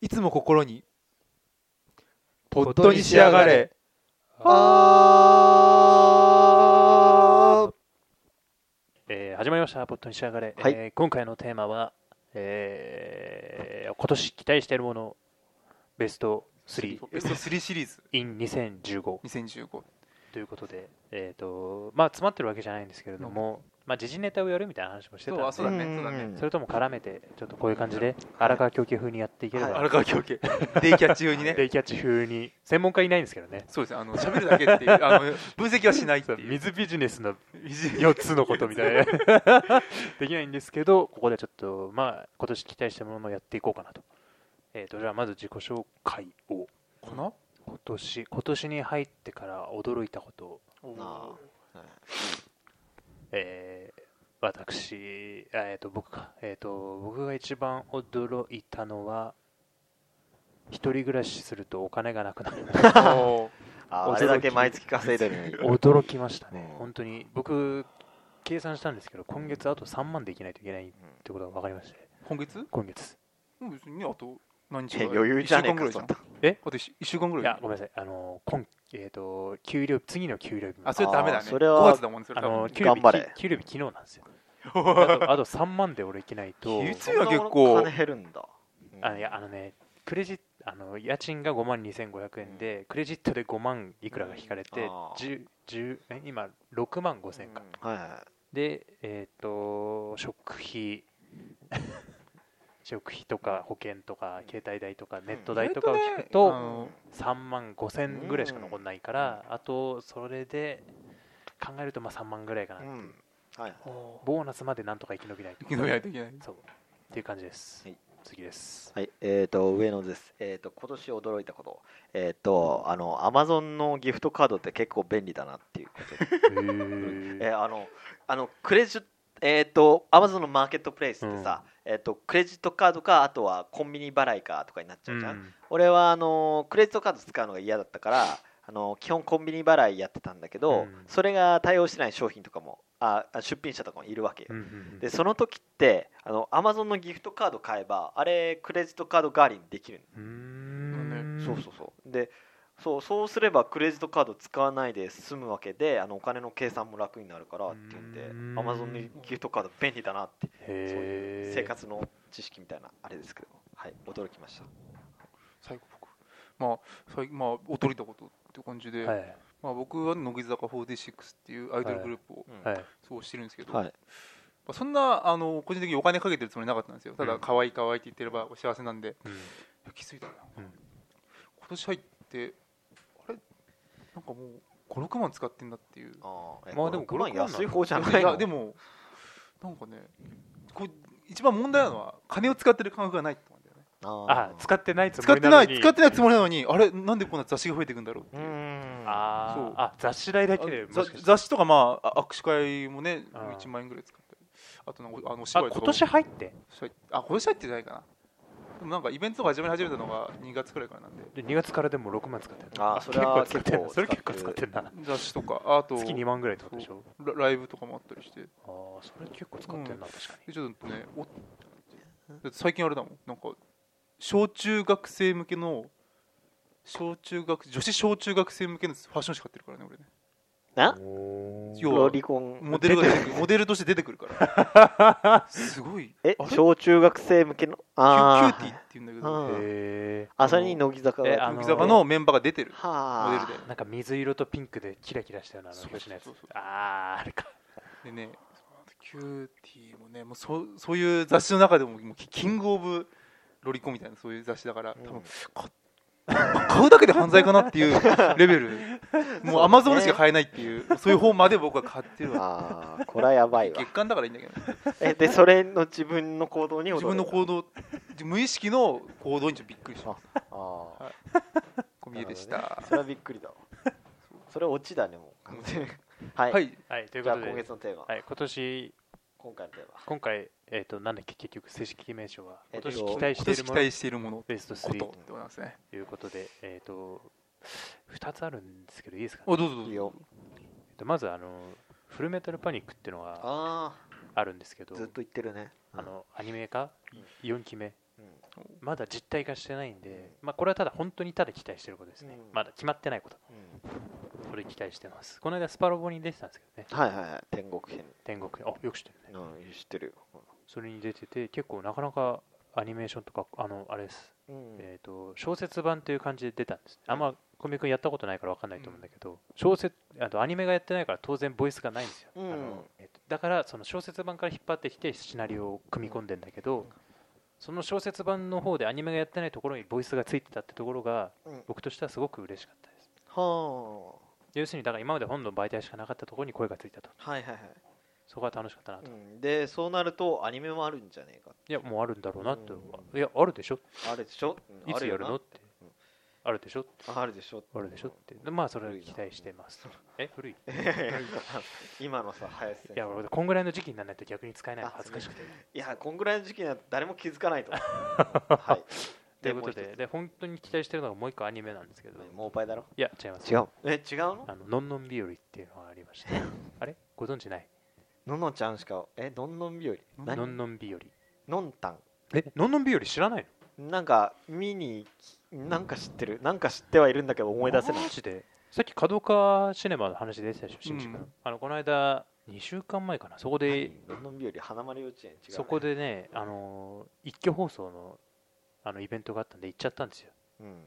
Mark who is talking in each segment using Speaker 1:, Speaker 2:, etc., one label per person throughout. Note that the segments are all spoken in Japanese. Speaker 1: いつも心にポットに仕上がれあー
Speaker 2: えー始まりました、ポットに仕上がれ、
Speaker 3: はい
Speaker 2: えー今回のテーマは、えー今年期待しているものベスト3
Speaker 1: ベスト3シリーズ
Speaker 2: in 2015
Speaker 1: 2015
Speaker 2: ということで、えーとまあ、詰まってるわけじゃないんですけれども、まあ、時事ネタをやるみたいな話もしてたん
Speaker 1: そうあそう
Speaker 2: で
Speaker 1: だね
Speaker 3: ん
Speaker 1: そうだね
Speaker 2: それとも絡めて、ちょっとこういう感じで、荒川狂気風にやっていければ、
Speaker 1: 荒川京家デイキャッチ用にね
Speaker 2: デイキャッチ風に、専門家いないんですけどね、
Speaker 1: そうですねあの喋るだけっていうあの分析はしないって
Speaker 2: そう
Speaker 1: いう
Speaker 2: 水ビジネスの
Speaker 1: 4
Speaker 2: 4つのことみたいな できないんですけどここでちょっとまあ今年期待したものもやっていこうかなと,、えー、とじゃあまず自己紹介を
Speaker 1: かな
Speaker 2: 今年今年に入ってから驚いたこと、
Speaker 3: なあ
Speaker 2: えー私あえっ、と僕かえっ、と僕が一番驚いたのは一人暮らしするとお金がなく な
Speaker 1: お
Speaker 2: る
Speaker 3: あ
Speaker 2: 驚き
Speaker 3: あれだけ毎月稼いでるのに
Speaker 2: 驚きましたね
Speaker 3: うん
Speaker 2: 本当に僕計算したんですけど今月あと3万でいけないといけないってことが分かりまして
Speaker 1: 今月
Speaker 2: 今月
Speaker 1: うん別にねあと何日
Speaker 3: え
Speaker 1: か
Speaker 3: 余裕じゃねえ
Speaker 1: 一週間ぐら
Speaker 3: か
Speaker 1: いじゃんあと1週間ぐらい
Speaker 2: いや、ごめ
Speaker 3: そんな
Speaker 2: んなさい、あの、今、えっ、と、給料日、次の給料日。
Speaker 1: あそれダメだ
Speaker 3: あ
Speaker 1: ね
Speaker 3: ーそれは
Speaker 1: 5月だもんそれ
Speaker 2: あ
Speaker 1: 多分
Speaker 2: の、給料日、
Speaker 3: 頑張れ
Speaker 2: き給料日、昨日なんですよ。あ
Speaker 1: お
Speaker 2: と、あと3万で俺いけないと。
Speaker 1: きつ
Speaker 3: そんな
Speaker 1: 月曜は結構
Speaker 3: 金減るんだ
Speaker 2: あの、いや、あのね、クレジット、あの、家賃が5万2500円で、クレジットで5万いくらが引かれて
Speaker 3: あ、ー
Speaker 2: 十十え今、6万5千か。
Speaker 3: はいは
Speaker 2: で、えっ、と、食費。食費とか保険とか携帯代とかネット代とかを聞くと、
Speaker 1: あの
Speaker 2: 3万5千ぐらいしか残んないから、あとそれで考えるとまあ3万ぐらいかな、
Speaker 3: いうんはいはい
Speaker 2: ボーナスまでなんとか生き延びないと
Speaker 1: 生き延びないといけない
Speaker 2: そうっていう感じです、
Speaker 3: はい
Speaker 2: 次です
Speaker 3: はい、えー、と上野です、えー、と今年驚いたこと、えー、とあのアマゾンのギフトカードって結構便利だなっていうこと、
Speaker 2: え
Speaker 3: えーあのあのクレジットえー、とアマゾンのマーケットプレイスってさ、えー、とクレジットカードかあとはコンビニ払いかとかになっちゃうじゃん、俺はあのクレジットカード使うのが嫌だったからあの基本コンビニ払いやってたんだけど、
Speaker 2: うん
Speaker 3: それが対応してない商品とかもああ出品者とかもいるわけよ、
Speaker 2: うん
Speaker 3: でその時ってあの Amazon のギフトカード買えばあれクレジットカード代わりにできるの、
Speaker 2: うん
Speaker 3: そうそうそうでそうそうすればクレジットカード使わないで済むわけであのお金の計算も楽になるからっていうんで
Speaker 2: う
Speaker 3: Amazon のギフトカード便利だなってそうい
Speaker 2: へ
Speaker 3: う
Speaker 2: ー
Speaker 3: 生活の知識みたいなあれですけどはい驚きました
Speaker 1: 最後僕まあ最まあ踊りたことって感じで、
Speaker 2: はい
Speaker 1: まあ、僕は乃木坂46っていうアイドルグループを
Speaker 3: うん
Speaker 2: はい
Speaker 1: そうしてるんですけど、
Speaker 3: は
Speaker 1: ま
Speaker 3: い
Speaker 1: あ、そんなあの個人的にお金かけてるつもりなかったんですよた
Speaker 2: う
Speaker 1: だ
Speaker 2: ん
Speaker 1: 可愛い可愛いって言ってればお幸せなんで、い
Speaker 2: うん
Speaker 1: や気づいたな、
Speaker 2: うん
Speaker 1: 今年入ってあれなんかもう56万使ってんだっていう
Speaker 3: あーえ
Speaker 2: まあでも
Speaker 3: これ
Speaker 2: 5
Speaker 3: 6万安い方じゃない
Speaker 1: い
Speaker 3: の
Speaker 1: やでもなんかねこう一番問題なのは金を使ってる感覚がないってことなんだよね
Speaker 2: あ使ってないつ
Speaker 1: 使
Speaker 2: も
Speaker 1: っ
Speaker 2: り
Speaker 1: て
Speaker 2: な
Speaker 1: な
Speaker 2: のに
Speaker 1: い使ってないつもりなのにあれなんでこんな雑誌が増えていくんだろうって
Speaker 3: う
Speaker 1: いう。
Speaker 3: ん
Speaker 2: あ
Speaker 1: そう
Speaker 2: ーあ雑誌代だけで
Speaker 1: あ
Speaker 2: もし
Speaker 1: ざ
Speaker 2: かして
Speaker 1: 雑誌とかまああ握手会もね
Speaker 2: あー
Speaker 1: 1万円ぐらい使ったりあとなんかおあのお
Speaker 2: あ
Speaker 1: 芝居とか
Speaker 2: 今年入って
Speaker 1: あ今年入ってないかなでもなんかイベントとか始め始めたのが2月くらいからなんで
Speaker 2: で2月からでも6万使ってる
Speaker 3: あーそれは
Speaker 2: 結構使ってる
Speaker 3: 結構
Speaker 2: それ結構使ってんな
Speaker 1: 雑誌とかあと
Speaker 2: 月2万ぐらいってことでしょ
Speaker 1: ラライブとかもあったりして
Speaker 2: ああそれ結構使ってるな、確か
Speaker 1: でちょっとねおだって最近あれだもんなんか小中学生向けの小中学女子小中学生向けのファッション誌買ってるからね俺ね
Speaker 3: あ
Speaker 2: におー
Speaker 1: 要
Speaker 3: ロリコン
Speaker 1: モデルが出てくるモデルとして出てくるからすごいあ
Speaker 3: え
Speaker 1: れキュキュ
Speaker 3: 小中学生向けの
Speaker 1: ー
Speaker 3: あ
Speaker 1: ティーっ
Speaker 3: ー
Speaker 1: て言うんだけ
Speaker 3: う
Speaker 1: ど
Speaker 3: ん
Speaker 2: へ
Speaker 3: あそれに乃木坂が
Speaker 2: えあ
Speaker 1: 乃木坂のメンバーが出てるモデ
Speaker 3: は
Speaker 1: ルで
Speaker 2: ーなんか水色とピンクでキラキラしたようなあの
Speaker 1: そう
Speaker 2: 表紙のやつ
Speaker 1: そうそう
Speaker 2: あああれか
Speaker 1: でね、キューティーもね、もうそそういう雑誌の中でももうキキングオブロリコンみたいなそういう雑誌だから、多分買うだけで犯罪かなっていう レベル、もうアマゾンでしか買えないっていう、そういう方まで僕は買ってるわ。
Speaker 3: ああこれはやばいわ
Speaker 1: 月間だからいいんだけど、ね、
Speaker 3: えでそれの自分の行動に
Speaker 1: 自分の行
Speaker 3: 動
Speaker 1: 動、無意識の行動にちょっとびっくりしまし
Speaker 3: あ
Speaker 1: た。小
Speaker 3: あ
Speaker 1: 見えでした
Speaker 3: なるほどね。それはびっくりだわそれオチだねもう完全に はい、
Speaker 1: はい、
Speaker 2: はいという
Speaker 3: じゃ
Speaker 2: こ
Speaker 3: あ
Speaker 2: とで
Speaker 3: 今月のテーマ、
Speaker 2: はい、今年
Speaker 3: 今回のテーマ
Speaker 2: 今回えっ、となんだっけ結局正式名称は
Speaker 3: えっ
Speaker 2: 今
Speaker 3: と
Speaker 2: 年期待して
Speaker 1: 今
Speaker 2: いるも
Speaker 1: 年期
Speaker 2: の
Speaker 1: 待しているもの、
Speaker 2: ベスト
Speaker 1: ことって
Speaker 2: 3
Speaker 1: ことですね。
Speaker 2: ということでえっ、と2つあるんですけどいいですか、
Speaker 1: おどうぞどう
Speaker 3: いい
Speaker 1: ぞ。
Speaker 3: よ
Speaker 2: えっとまずあのフルメタルパニックっていうのが
Speaker 3: あ
Speaker 2: あるんですけど
Speaker 3: あずっと言ってるね
Speaker 2: あのアニメ化4期目
Speaker 3: うん
Speaker 2: まだ実体化してないんで、まあ、これはただ本当にただ期待してることですね、
Speaker 3: うん
Speaker 2: まだ決まってないこと
Speaker 3: うん
Speaker 2: これ期待してますこの間スパロボに出てたんですけどね
Speaker 3: はいはいはい天国編
Speaker 2: 天国あよく知ってるね
Speaker 3: うん知ってるよ
Speaker 2: それに出てて結構なかなかアニメーションとかあのあれです、
Speaker 3: うん
Speaker 2: えー、と小説版という感じで出たんですあんま小宮君やったことないから分かんないと思うんだけど、小説あとアニメがやってないから当然ボイスがないんですよ、
Speaker 3: うん
Speaker 2: あのえーとだからその小説版から引っ張ってきてシナリオを組み込んでんだけどその小説版の方でアニメがやってないところにボイスがついてたってところが
Speaker 3: うん
Speaker 2: 僕としてはすごく嬉しかったです
Speaker 3: は
Speaker 2: 要するにだから今まで本の媒体しかなかったところに声がついたと
Speaker 3: あはいはいはい
Speaker 2: そこが楽しかったなと、い
Speaker 3: うんでそうなるとアニメもあるんじゃねえか
Speaker 2: やもうあるんだろうなって、
Speaker 3: う
Speaker 2: いやあるでしょ
Speaker 3: あるでしょうん
Speaker 2: い
Speaker 3: あ
Speaker 2: つやる
Speaker 3: よな
Speaker 2: のって
Speaker 3: うん
Speaker 2: あるでしょ
Speaker 3: あるでしょ
Speaker 2: あるでしょってでまあそれは
Speaker 3: 古いな
Speaker 2: 期待してますえ古いい
Speaker 3: うん 今のさ林先生
Speaker 2: や俺こんぐらいの時期にならないと逆に使えないの
Speaker 3: あ
Speaker 2: 恥ずかしくて
Speaker 3: いやこんぐらいの時期には誰も気づかな いと思うはい
Speaker 2: ということ
Speaker 3: もう
Speaker 2: で
Speaker 3: 一
Speaker 2: で本当に期待してるのがもう一個アニメなんですけど
Speaker 3: つモーパイだろ
Speaker 2: いや違います
Speaker 3: うえ違うの
Speaker 2: あののんのん日和っていうのがありましてあれご存知ない
Speaker 3: のんのんちゃんしかえのんのん日和
Speaker 2: の
Speaker 3: 何
Speaker 2: んのん日和
Speaker 3: のんたん
Speaker 2: えのんのん日和知らないの
Speaker 3: なんか見になんか知ってるなんか知ってはいるんだけど思い出せない
Speaker 2: マジでさっき角川シネマの話出てたでしょ新宿、
Speaker 1: う
Speaker 2: の
Speaker 1: ん
Speaker 2: あのこの間2週間前かなそこで
Speaker 3: のんのん日和花丸幼稚園違うね
Speaker 2: そこでねあの一挙放送のあのイベントがあったんで行っちゃったんですよ
Speaker 3: うん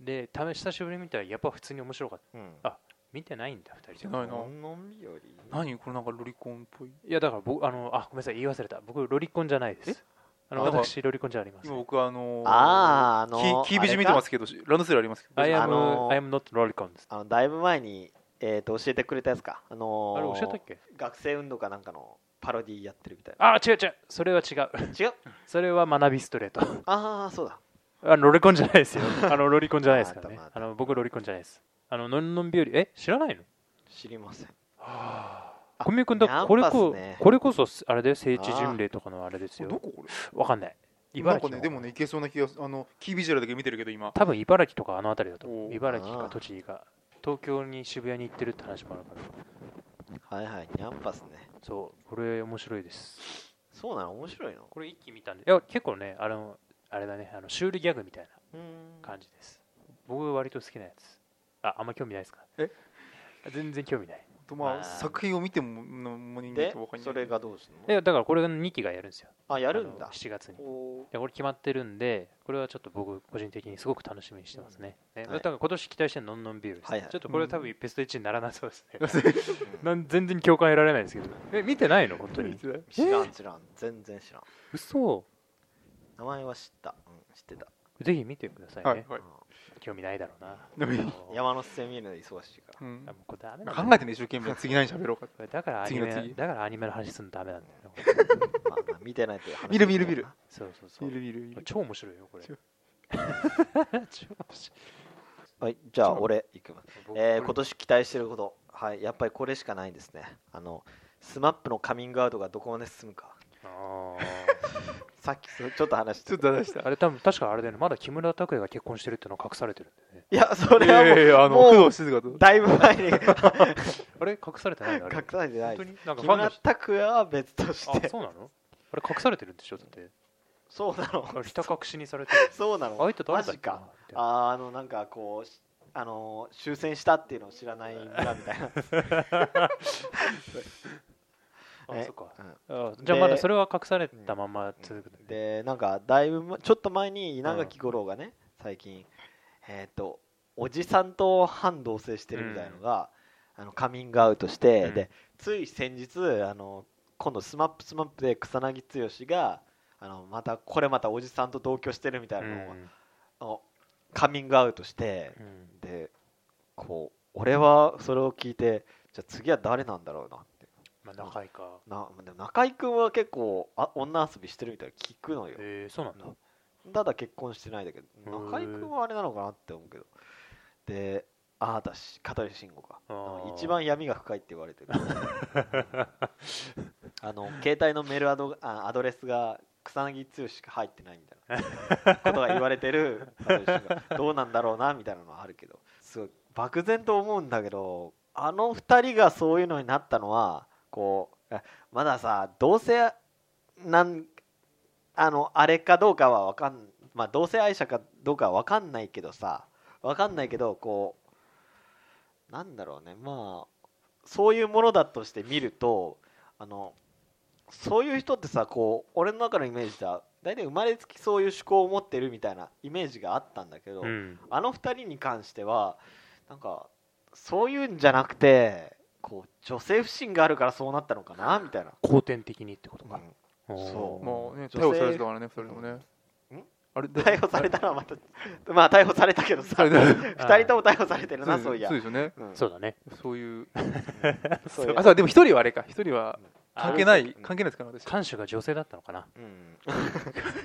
Speaker 2: で試し久しぶりに見たらやっぱ普通に面白かった
Speaker 3: うん
Speaker 2: あ見てないんだ2人
Speaker 1: て
Speaker 2: とも
Speaker 1: ないな
Speaker 3: のんのん日和
Speaker 1: 何これなんかロリコンっぽい
Speaker 2: いやだから僕あのあごめんなさい言い忘れた僕ロリコンじゃないですあの
Speaker 1: あだから
Speaker 2: 私ロリコンじゃありませ
Speaker 1: 今
Speaker 2: ん
Speaker 1: 僕あのー
Speaker 3: あーあのー
Speaker 1: キキービジ見てますけどランドセルありますけど
Speaker 2: I am,、
Speaker 3: あのー
Speaker 2: I am not ロリコンです
Speaker 3: あのだいぶ前にえーと教えてくれたやつかあ
Speaker 2: あ
Speaker 3: の
Speaker 2: れ
Speaker 3: ー
Speaker 2: 教えたっけ
Speaker 3: 学生運動かなんかのパロディやってるみたい
Speaker 2: あ違う違うそれは違う
Speaker 3: な違う
Speaker 2: それは学びストレート
Speaker 3: ああそうだ
Speaker 2: あのロリコンじゃないですよあのロリコンじゃないですからね
Speaker 3: ま
Speaker 2: あ
Speaker 3: たまた
Speaker 2: の僕ロリコンじゃないですあののんのんびよりえ知らないの
Speaker 3: 知りません
Speaker 2: 小宮君だから
Speaker 3: ナン
Speaker 2: これ
Speaker 3: パっす
Speaker 2: こ,、
Speaker 3: ね
Speaker 2: これこそあれで聖地巡礼とかのあれです
Speaker 1: ど
Speaker 2: よ
Speaker 1: ここ
Speaker 2: わかんない
Speaker 1: れ
Speaker 2: 茨
Speaker 1: なんか
Speaker 2: 城の
Speaker 1: ねでもねいけそうな気がすあのキービジュアルだけ見てるけど今
Speaker 2: 多分茨城とかあの辺りだと思
Speaker 1: お
Speaker 2: う
Speaker 1: う
Speaker 2: 茨城
Speaker 3: あ
Speaker 2: か
Speaker 3: あ
Speaker 2: 栃木か東京に渋谷に行ってるって話もあるから
Speaker 3: はいはいニャンパスね
Speaker 2: そうこれ面白いです
Speaker 3: そうなの面白いの
Speaker 2: これ一気見たんでいや結構ねあのあれだねあのシュールギャグみたいな
Speaker 3: うーん
Speaker 2: 感じです僕割と好きなやつああんま興味ないですか
Speaker 1: え
Speaker 2: 全然興味ない
Speaker 1: とま
Speaker 3: まあ
Speaker 1: あ作品を見ても何も人間
Speaker 3: で
Speaker 1: とわかんない
Speaker 3: それがどうす
Speaker 2: い
Speaker 3: るの
Speaker 2: やだからこれの2期がやるんですよ
Speaker 3: あやるん
Speaker 2: あ
Speaker 3: だ
Speaker 2: の7月に
Speaker 3: お
Speaker 2: いやこれ決まってるんで、これはちょっと僕、個人的にすごく楽しみにしてますね。ね
Speaker 3: はい
Speaker 2: だから今年期待してるのんのんビールです、
Speaker 3: はいはい
Speaker 2: ちょっとこれは多分ベスト1にならなそうです ね。
Speaker 3: ー
Speaker 2: なん全然共感得られないですけど。え、見てないの本当に。
Speaker 3: 知らん知らん全然知らん
Speaker 2: 嘘
Speaker 3: 名前は知った、うん、知ってた、
Speaker 2: ぜひ見てください ね。
Speaker 1: はいはい
Speaker 2: 興味ないだろうな。
Speaker 1: でもいい
Speaker 2: あの
Speaker 3: 山手線見るの忙し いから
Speaker 1: うん
Speaker 2: あもうこれダメなんだ
Speaker 1: 考えてね一生懸命次何喋ろうかって
Speaker 2: これだからアニメ
Speaker 1: 次の次
Speaker 2: だからアニメの話するのダメなんだよ。
Speaker 3: まあまあ見てないという話
Speaker 1: 見る見る見る
Speaker 2: そうそうそう。
Speaker 1: 見る見る見る
Speaker 2: 超面白いよ、これ。
Speaker 1: 超
Speaker 2: 超面白い
Speaker 3: はいじゃあ
Speaker 1: そう
Speaker 3: 俺行くわ、
Speaker 2: 僕
Speaker 3: えー
Speaker 2: これ
Speaker 3: 今年期待してることはいやっぱりこれしかないんですねあのスマップのカミングアウトがどこまで進むか
Speaker 2: あ
Speaker 3: さっきそちょっと話して
Speaker 1: ちょっと出した
Speaker 2: ーあれ多分確かあれだよねまだ木村拓哉が結婚してるっていうの隠されてるんだよね
Speaker 3: いやそ
Speaker 1: い
Speaker 3: れは
Speaker 1: やい
Speaker 3: もう
Speaker 1: やいやあの
Speaker 3: もう
Speaker 1: 工藤静香と
Speaker 3: だいぶ 前に隠
Speaker 2: あれ隠されてないのあれ
Speaker 3: されてない
Speaker 2: 本当になんかファン
Speaker 3: 木
Speaker 2: の
Speaker 3: 村
Speaker 2: 人
Speaker 3: 拓哉は別として
Speaker 2: あそうなのあれ隠されてるんでしょだって
Speaker 3: そうなの
Speaker 2: あれひた隠しにされてる
Speaker 3: そうな
Speaker 2: あ
Speaker 3: の
Speaker 2: いつ誰だ
Speaker 3: マ
Speaker 2: っ
Speaker 3: ジ
Speaker 2: けな
Speaker 3: かあーあのなんかこうしあのー終戦したっていうのを知らないんだみたいな
Speaker 2: あ
Speaker 3: え
Speaker 2: そっか
Speaker 3: うん
Speaker 2: あじゃあ
Speaker 3: で
Speaker 2: まだそれは隠されたまま続くで
Speaker 3: でなんかだいぶまちょっと前に稲垣吾郎がね、最近えっ、とおじさんと反同棲してるみたいのが、あのカミングアウトして、
Speaker 2: うん
Speaker 3: でつい先日あの今度スマップスマップで草薙剛があのまたこれまたおじさんと同居してるみたいなのを、あのカミングアウトして、
Speaker 2: うん
Speaker 3: でこう俺はそれを聞いてじゃあ次は誰なんだろうなって
Speaker 2: まあ仲いいか
Speaker 3: なでも中居君は結構あ女遊びしてるみたいなの聞くのよ
Speaker 2: えーそうなんだ
Speaker 3: ただ結婚してないんだけど
Speaker 2: ー
Speaker 3: 中居君はあれなのかなって思うけどでああだし片寄慎吾か
Speaker 2: あー
Speaker 3: 一番闇が深いって言わ れてるあの携帯のメールアドあアドレスが草薙剛しか入ってないみたいなことが言われてる片寄慎吾どうなんだろうなみたいなのはあるけどすごい漠然と思うんだけどあの二人がそういうのになったのはこうあまださどうせなんあのあれかどうかはわかんまあ同性愛者かどうかは分かんないけどさ分かんないけどこうなんだろうねまあそういうものだとして見るとあのそういう人ってさこう俺の中のイメージでは大体生まれつきそういう趣向を持ってるみたいなイメージがあったんだけど、
Speaker 2: うん
Speaker 3: あの2人に関してはなんかそういうんじゃなくてこう女性不信があるからそうなったのかなみたいな。
Speaker 2: 後天的にってことか、おー
Speaker 3: そう
Speaker 1: もうね、
Speaker 3: 女
Speaker 1: 逮捕
Speaker 3: 性
Speaker 1: されてたからね、それもね。あれ
Speaker 3: 逮捕されたのはまた、まあ逮捕されたけどさ、
Speaker 1: された
Speaker 3: 2人とも逮捕されてるな、
Speaker 1: そ
Speaker 3: そううい
Speaker 1: です
Speaker 3: や
Speaker 1: そう。ですよね。
Speaker 3: うん
Speaker 2: そうだね
Speaker 1: そういう。
Speaker 3: そういや
Speaker 1: あ、そう、でも一人はあれか。一人は関係な
Speaker 3: うん
Speaker 1: い、関係ないですから、私。
Speaker 2: 看守が女性だったのかな、
Speaker 3: うん。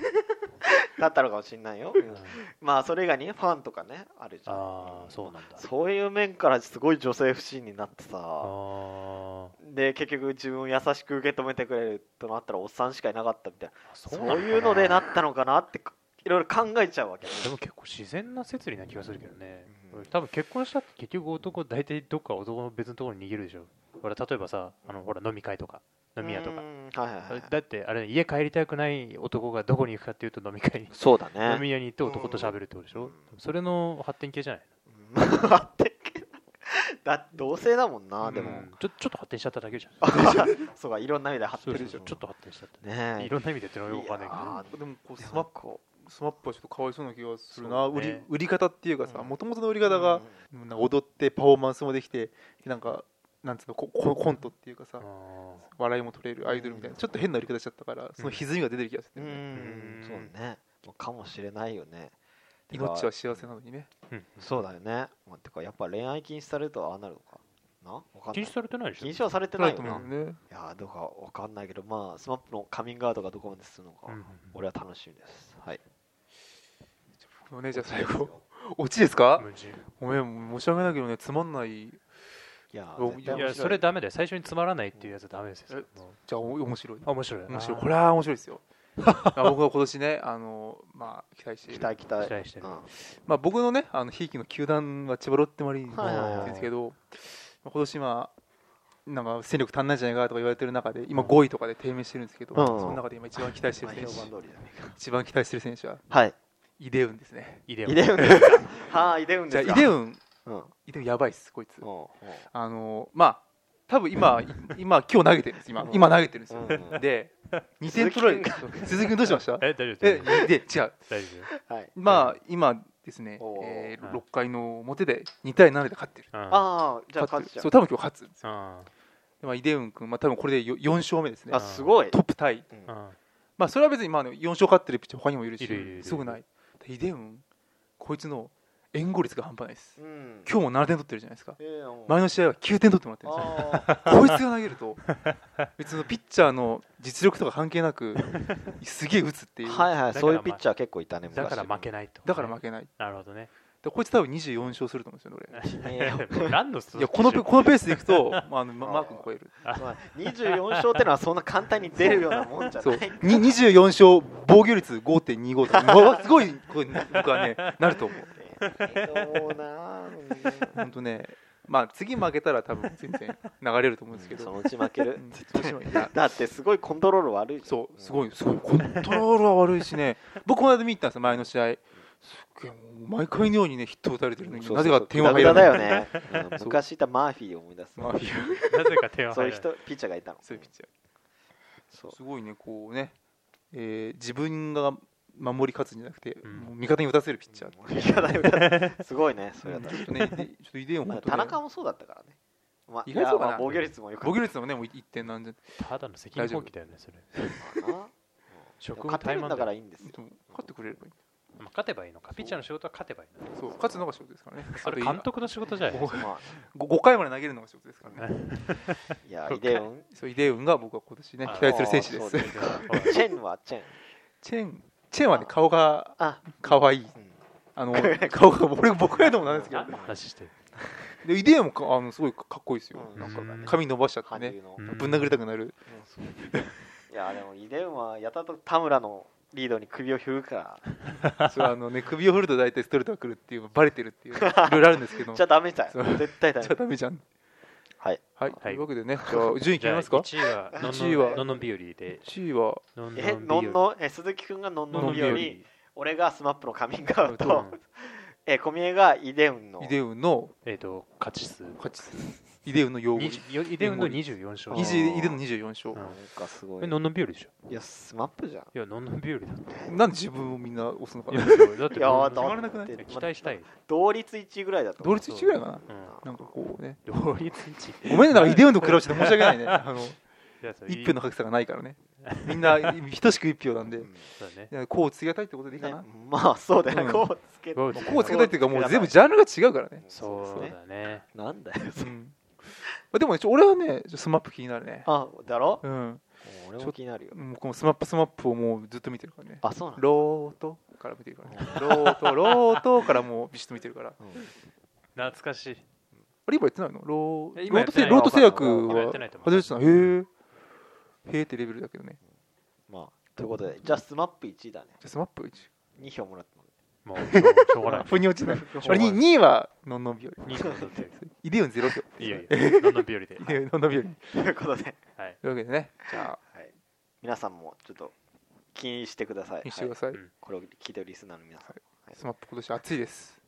Speaker 3: だったのかもしれないよ。
Speaker 2: うん
Speaker 3: まあ、それ以外にねファンとかね、あるじゃん。
Speaker 2: ああそうなんだ
Speaker 3: そういう面からすごい女性不信になって
Speaker 2: あ
Speaker 3: さ、
Speaker 2: ー
Speaker 3: で、結局自分を優しく受け止めてくれるとなったら、おっさんしかいなかったみたいな、
Speaker 2: そ
Speaker 3: そういうのでな
Speaker 2: で
Speaker 3: ったのかなって、いろいろ考えちゃうわけ。
Speaker 2: も結構自然な説理な気がするけどね、
Speaker 3: うん
Speaker 2: 多分結婚したって結局男大体どっか男の別のところに逃げるでしょほら例えばさあのほら飲み会とか飲み屋とか
Speaker 3: うんはいはいはい。
Speaker 2: だってあれ家帰りたくない男がどこに行くかっていうと飲み会に
Speaker 3: そうだ
Speaker 2: 飲
Speaker 3: ね。
Speaker 2: み屋に行って男と喋るってことでしょ
Speaker 3: うん
Speaker 2: それの発展系じゃない
Speaker 3: まあ、ってだって同性だもんな、でも。
Speaker 1: うん
Speaker 2: ちょちょっと発展しちゃっただけじゃん
Speaker 3: そうか、いろんな意味で張って
Speaker 2: そう
Speaker 3: る
Speaker 2: そう
Speaker 3: でし
Speaker 2: そ
Speaker 3: ょ。
Speaker 2: うちょっと発展しちゃった
Speaker 3: ねえ
Speaker 2: いろんな意味でってのはよくわかんないけ
Speaker 3: いや
Speaker 2: ど
Speaker 3: ー
Speaker 1: でもこうス
Speaker 3: ス
Speaker 1: マ
Speaker 3: マ
Speaker 1: ッ
Speaker 3: ッ
Speaker 1: プ
Speaker 3: プ
Speaker 1: スマップはちょっとかわいそうな気がするな、
Speaker 2: そう
Speaker 1: 売
Speaker 2: ね
Speaker 1: り売り方っていうかさ
Speaker 3: うん
Speaker 1: もともとの売り方が、なんか踊ってパフォーマンスもできてなんかなんつうのここコントっていうかさ、
Speaker 2: あ
Speaker 1: 笑いも取れるアイドルみたいな、
Speaker 3: うん
Speaker 1: ちょっと変な売り方しちゃったからその歪みが出てる気がす
Speaker 3: う
Speaker 1: る、ね
Speaker 3: ん
Speaker 2: うん
Speaker 3: そうねかもしれないよねてか
Speaker 1: 命は幸せなのにね
Speaker 2: ーうん
Speaker 3: そうだよねまあてかやっぱ恋愛禁止されるとああなるのかなわかんな
Speaker 2: 禁
Speaker 3: い
Speaker 2: 止されてないでしょ
Speaker 3: 禁止はされて
Speaker 1: 取ら
Speaker 3: な
Speaker 1: れ
Speaker 3: いよ
Speaker 1: て
Speaker 3: な、
Speaker 1: も
Speaker 3: い
Speaker 1: いいよね
Speaker 3: やーどうかわかんないけどまあスマップのカミングアウトがどこまでするのか、
Speaker 2: うん
Speaker 3: 俺は楽しみですはい
Speaker 1: もうねじゃあ最後オチですか、
Speaker 2: 無人
Speaker 1: ごめん申し訳ないけどねつまんない
Speaker 3: いや
Speaker 1: お
Speaker 3: ー絶対
Speaker 1: い
Speaker 2: い
Speaker 3: 面
Speaker 2: や
Speaker 3: 白
Speaker 2: そ
Speaker 3: い
Speaker 2: れダメだよ最初につまらないっていうやつダメですよ
Speaker 1: えじゃあお面白い
Speaker 2: あ面白い
Speaker 1: 面白い
Speaker 2: あー
Speaker 1: これは面白いです よあ僕は今年ねあのまあ期待してい
Speaker 3: 期
Speaker 1: る
Speaker 3: 待期待
Speaker 2: 期待してる
Speaker 3: うん
Speaker 1: まあ、僕のね、あのひいきの球団は千葉ロッテマリーンズ
Speaker 3: はいは
Speaker 2: は
Speaker 3: い
Speaker 2: い
Speaker 1: なんですけど、まあ今年今、なんか戦力足んないんじゃないかとか言われてる中で、今5位とかで低迷してるんですけど、
Speaker 3: うん
Speaker 1: その中で今一番期待して
Speaker 3: まあ
Speaker 1: る選
Speaker 3: 評判
Speaker 1: 手、
Speaker 3: 通りだね
Speaker 1: 一番期待してる選手は
Speaker 3: はい
Speaker 1: イデウンですね。
Speaker 2: イデオン
Speaker 3: イデウンですかはあイデウン
Speaker 1: じゃ
Speaker 3: です
Speaker 1: あ
Speaker 3: か
Speaker 1: イデ
Speaker 3: ン
Speaker 1: ウン、
Speaker 3: うんうん
Speaker 1: イデウンやばいっす、こいつ。
Speaker 3: うん
Speaker 1: あのまあ、多分今、い今、今日投げてるんです、今、今投げてるんですよ。
Speaker 3: うんうん
Speaker 1: で、2点取られる、鈴木君どうしました
Speaker 2: え大丈夫
Speaker 1: え
Speaker 2: 大丈夫
Speaker 1: で、違う、
Speaker 2: 大丈夫
Speaker 3: はい
Speaker 1: まあ、今ですね、
Speaker 3: おー
Speaker 1: え
Speaker 2: はい
Speaker 1: 6回の表で2対7で勝ってる。
Speaker 2: あ
Speaker 3: ああじゃあ
Speaker 1: 勝
Speaker 3: 勝
Speaker 1: って
Speaker 3: ち
Speaker 1: る
Speaker 3: ちゃ
Speaker 1: そうう多分今日勝つ
Speaker 2: あ
Speaker 1: でまあ、イデウン君、まあ、多分これでよ4勝目ですね
Speaker 3: あ、すごい
Speaker 1: トップタイ、
Speaker 3: うん
Speaker 2: あ
Speaker 1: まあ、それは別にまあ4勝勝ってるピッチャー、他にもいるし、
Speaker 2: いるいるいる
Speaker 1: すごくない、でイデウン、こいつの援護率が半端ないです、
Speaker 3: うん
Speaker 1: 今日も7点取ってるじゃないですか、
Speaker 3: ええやん
Speaker 1: 前の試合は9点取ってもらってるんですよ、
Speaker 3: あー
Speaker 1: こいつが投げると、別のピッチャーの実力とか関係なく、すげえ打つっていう、
Speaker 3: はいは
Speaker 2: だ
Speaker 3: い
Speaker 2: から
Speaker 3: そういうピッチャー結構いたね
Speaker 2: だから負け
Speaker 3: ない
Speaker 2: ないと
Speaker 1: だから負けない、
Speaker 2: なるほどね
Speaker 1: でこいつ、多分24勝すると思うんです よね、俺。
Speaker 2: 何のス
Speaker 1: いやこのペこのペースでいくと、まあ、あのまマークも超える、
Speaker 3: 24勝ってのはそんな簡単に出るようなもんじゃ
Speaker 1: そ
Speaker 3: な
Speaker 1: う
Speaker 3: い
Speaker 1: に24勝、防御率5.25とか、 ものすごいことに僕はね、なると思う。
Speaker 3: どうなー
Speaker 1: 本当ね、まあ次負けたら多分全然流れると思うんですけ
Speaker 3: そ
Speaker 1: ど、
Speaker 3: のうち負け
Speaker 1: う
Speaker 3: る
Speaker 1: んそうしよういや
Speaker 3: だってすごいコントロール悪いじゃん
Speaker 1: そうすごいすごいコントロールは悪いしね、僕この間見に行ったんですよ前の試合。すっげえもう毎回のようにねヒット打たれてるのに
Speaker 3: そうそう
Speaker 1: なぜか点は入
Speaker 3: 無駄
Speaker 1: ら
Speaker 3: だ
Speaker 1: ない。
Speaker 3: よねうん
Speaker 1: そう
Speaker 3: 昔いたマーフィーを思い出す
Speaker 1: まあいいよ
Speaker 2: なぜか手は
Speaker 3: そうい
Speaker 2: 入
Speaker 3: う
Speaker 2: ら
Speaker 3: 人ピッチャーがいたの
Speaker 1: そういうピッチャ
Speaker 3: そ
Speaker 1: ー。すごいねこうね、えー自分が守り勝つんじゃなくて、
Speaker 2: うん
Speaker 1: もう味方に打たせるピッチャー。
Speaker 3: ういやだよだってすごいねそれ
Speaker 1: う
Speaker 3: は
Speaker 1: んちょっとねでちょっとイデオン
Speaker 3: まあ
Speaker 1: 本当
Speaker 3: 田中
Speaker 1: ね。
Speaker 3: もそうだったからねまあ
Speaker 1: 意外そうかない
Speaker 3: やまあ防御率もよく
Speaker 1: 防御率もねもう一点なんじゃ。
Speaker 2: ただの責任放棄だよねそれ
Speaker 3: まあな
Speaker 2: 職
Speaker 3: うん
Speaker 2: 務
Speaker 3: 勝て
Speaker 2: 怠
Speaker 3: るん
Speaker 2: 慢
Speaker 3: だ
Speaker 2: だ
Speaker 3: か
Speaker 2: からら
Speaker 3: いいんですよ
Speaker 1: 本当勝ってくれればいい。
Speaker 2: 勝てばいいのかピッチャーの仕事は勝てばいいのか
Speaker 1: そう勝つのが仕事ですからね。
Speaker 2: それ監督の仕事じゃない
Speaker 1: そう
Speaker 3: ま
Speaker 1: 5, 回まで投げるのが仕事ですからね。
Speaker 3: あいやイデオ ン
Speaker 1: そうイデウンが僕は今年ね
Speaker 2: あ
Speaker 1: 期待する選手で
Speaker 3: あ
Speaker 1: す
Speaker 3: そ。う チェンはチェン
Speaker 1: チェンチェンはね顔が
Speaker 3: あ
Speaker 1: 可愛い。
Speaker 3: うん
Speaker 1: あ の顔が俺僕やともなんですけど
Speaker 2: 何。の話してる
Speaker 1: でイデウンもかあのすごいかっこいいですよ。
Speaker 3: うん
Speaker 1: なんか
Speaker 2: うん
Speaker 1: 髪伸ばしちゃって
Speaker 3: 韓
Speaker 1: ね
Speaker 3: 流。の、
Speaker 2: うん
Speaker 1: ぶん殴りたくな る。
Speaker 3: いやでもイデウンはやたらと田村のリードに首を振るか
Speaker 1: それはあのね首を振ると大体ストレートが来るっていうバレてるっていういろいろあるんですけど。
Speaker 3: らじゃダメだ
Speaker 1: そ
Speaker 3: よ
Speaker 1: う
Speaker 3: 絶対ダメ
Speaker 1: じゃダメじゃん。
Speaker 3: はい
Speaker 1: はい、
Speaker 2: い
Speaker 1: というわけでね、じゃあ順位決めますか
Speaker 2: じゃあ1位
Speaker 1: 一位
Speaker 2: は
Speaker 1: は
Speaker 2: のんのん日和で
Speaker 1: ?1 位は、
Speaker 2: のん
Speaker 3: え
Speaker 2: の
Speaker 3: の
Speaker 2: ん
Speaker 3: ん
Speaker 2: 日和
Speaker 3: のえ鈴木くんがのん
Speaker 1: のん
Speaker 3: のん
Speaker 1: び
Speaker 3: 日
Speaker 1: よ
Speaker 3: 和
Speaker 1: り
Speaker 3: 俺がスマップのカミングアウ
Speaker 2: う
Speaker 3: ト
Speaker 2: ん
Speaker 3: え小宮がイデウンの
Speaker 1: イデウンの
Speaker 2: えっと勝ち数
Speaker 1: 勝ち、イデウンの擁護、イ
Speaker 2: 20よイデウンの24勝
Speaker 3: あ
Speaker 1: デ
Speaker 3: ー
Speaker 1: イデウンの24勝
Speaker 2: う。
Speaker 3: なんかすご
Speaker 2: え
Speaker 3: い
Speaker 2: のんのん日和でしょ
Speaker 3: いやスマップじゃん
Speaker 2: いやのんのん日和だって
Speaker 1: なんで自分をみんな押すのか
Speaker 2: いや
Speaker 1: な
Speaker 2: だって
Speaker 3: いやー
Speaker 2: のん
Speaker 1: 決
Speaker 2: のん
Speaker 1: まらなくない
Speaker 3: だって
Speaker 2: 期待したい、
Speaker 3: 同率1位ぐらいだと思
Speaker 1: 同
Speaker 3: う
Speaker 1: 率1位ぐらいかな
Speaker 2: うん、
Speaker 1: なんかこうね。
Speaker 2: 同率1位
Speaker 1: ごめんね、なんかイデウンと比べして申し訳ないね。 あの
Speaker 2: いやそ う
Speaker 1: 一票
Speaker 2: いい
Speaker 1: の格差がないからね。みんな等しく一票なんで、い
Speaker 3: うん
Speaker 2: そうだね
Speaker 1: やこうつけたいってことでいいかな
Speaker 3: ね。まあそうだよ
Speaker 1: うん
Speaker 3: ねこうつけ
Speaker 2: ゴール
Speaker 1: こうつけたいっていうか、もう全部
Speaker 3: そ
Speaker 1: ジャンルが違うからね。
Speaker 2: そうだね
Speaker 3: なんだよ
Speaker 1: うんまあでもねちょ俺はね、ちょスマップ気になるね。
Speaker 3: あだろ
Speaker 1: うん、
Speaker 3: 俺も気になるよ
Speaker 1: もうこのスマップスマップをもうずっと見てるからね。
Speaker 3: あそうなんだ
Speaker 1: ロートから見てるからね。ロート、ロートからもうビシッと見てるから。
Speaker 3: うん
Speaker 2: 懐かしい
Speaker 1: あれ今やってないのロ
Speaker 2: え
Speaker 1: ー
Speaker 2: 今
Speaker 1: ロ
Speaker 2: や
Speaker 1: ー
Speaker 2: っ
Speaker 1: ト
Speaker 2: て
Speaker 1: 製
Speaker 2: ない
Speaker 1: ロート製薬
Speaker 3: 今
Speaker 2: やっ
Speaker 1: は
Speaker 2: てないと思う
Speaker 1: 初めてたの。へえ。へえってレベルだけどね。
Speaker 3: まあということでじゃあスマップ1位だね
Speaker 1: じゃあスマップ1。
Speaker 3: 2票もらったもんね
Speaker 2: もうしょうしょうがない
Speaker 1: 腑に落ちない。
Speaker 2: しょうが
Speaker 1: 俺
Speaker 2: ない
Speaker 1: に2位はのんのんびより。
Speaker 2: 二位のんのんびよ
Speaker 1: イデオンゼロ票。
Speaker 2: いいよいいよのんのん日和で
Speaker 1: イデオンのんのんびより。
Speaker 3: ということで、
Speaker 2: はい
Speaker 1: というわけでね、じゃあ、
Speaker 3: はい、皆さんもちょっと気にしてください
Speaker 1: 見してくだ
Speaker 3: はい
Speaker 1: さい
Speaker 2: うん。
Speaker 3: これを聞いてるリスナーの皆さん、
Speaker 1: スマップ今年暑いです。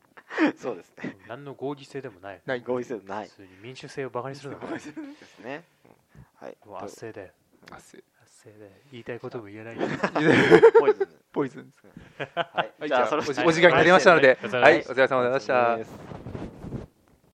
Speaker 3: そうですね
Speaker 2: 何の合議性でもない
Speaker 1: ない。
Speaker 3: 合意せずない
Speaker 2: 普通に民主性をバカにするのもう圧
Speaker 3: ですね、うんはいと
Speaker 2: 政だよ
Speaker 1: 暑い。
Speaker 2: 圧政だよ言いたいことも言えない
Speaker 3: ポイズン
Speaker 1: ポイズン。
Speaker 3: はい
Speaker 1: はい
Speaker 3: じゃあそろ
Speaker 1: お
Speaker 3: そ
Speaker 1: 時
Speaker 3: ろ
Speaker 1: お時間になりましたので、
Speaker 2: はい
Speaker 1: はい、お疲れ様でした。
Speaker 3: です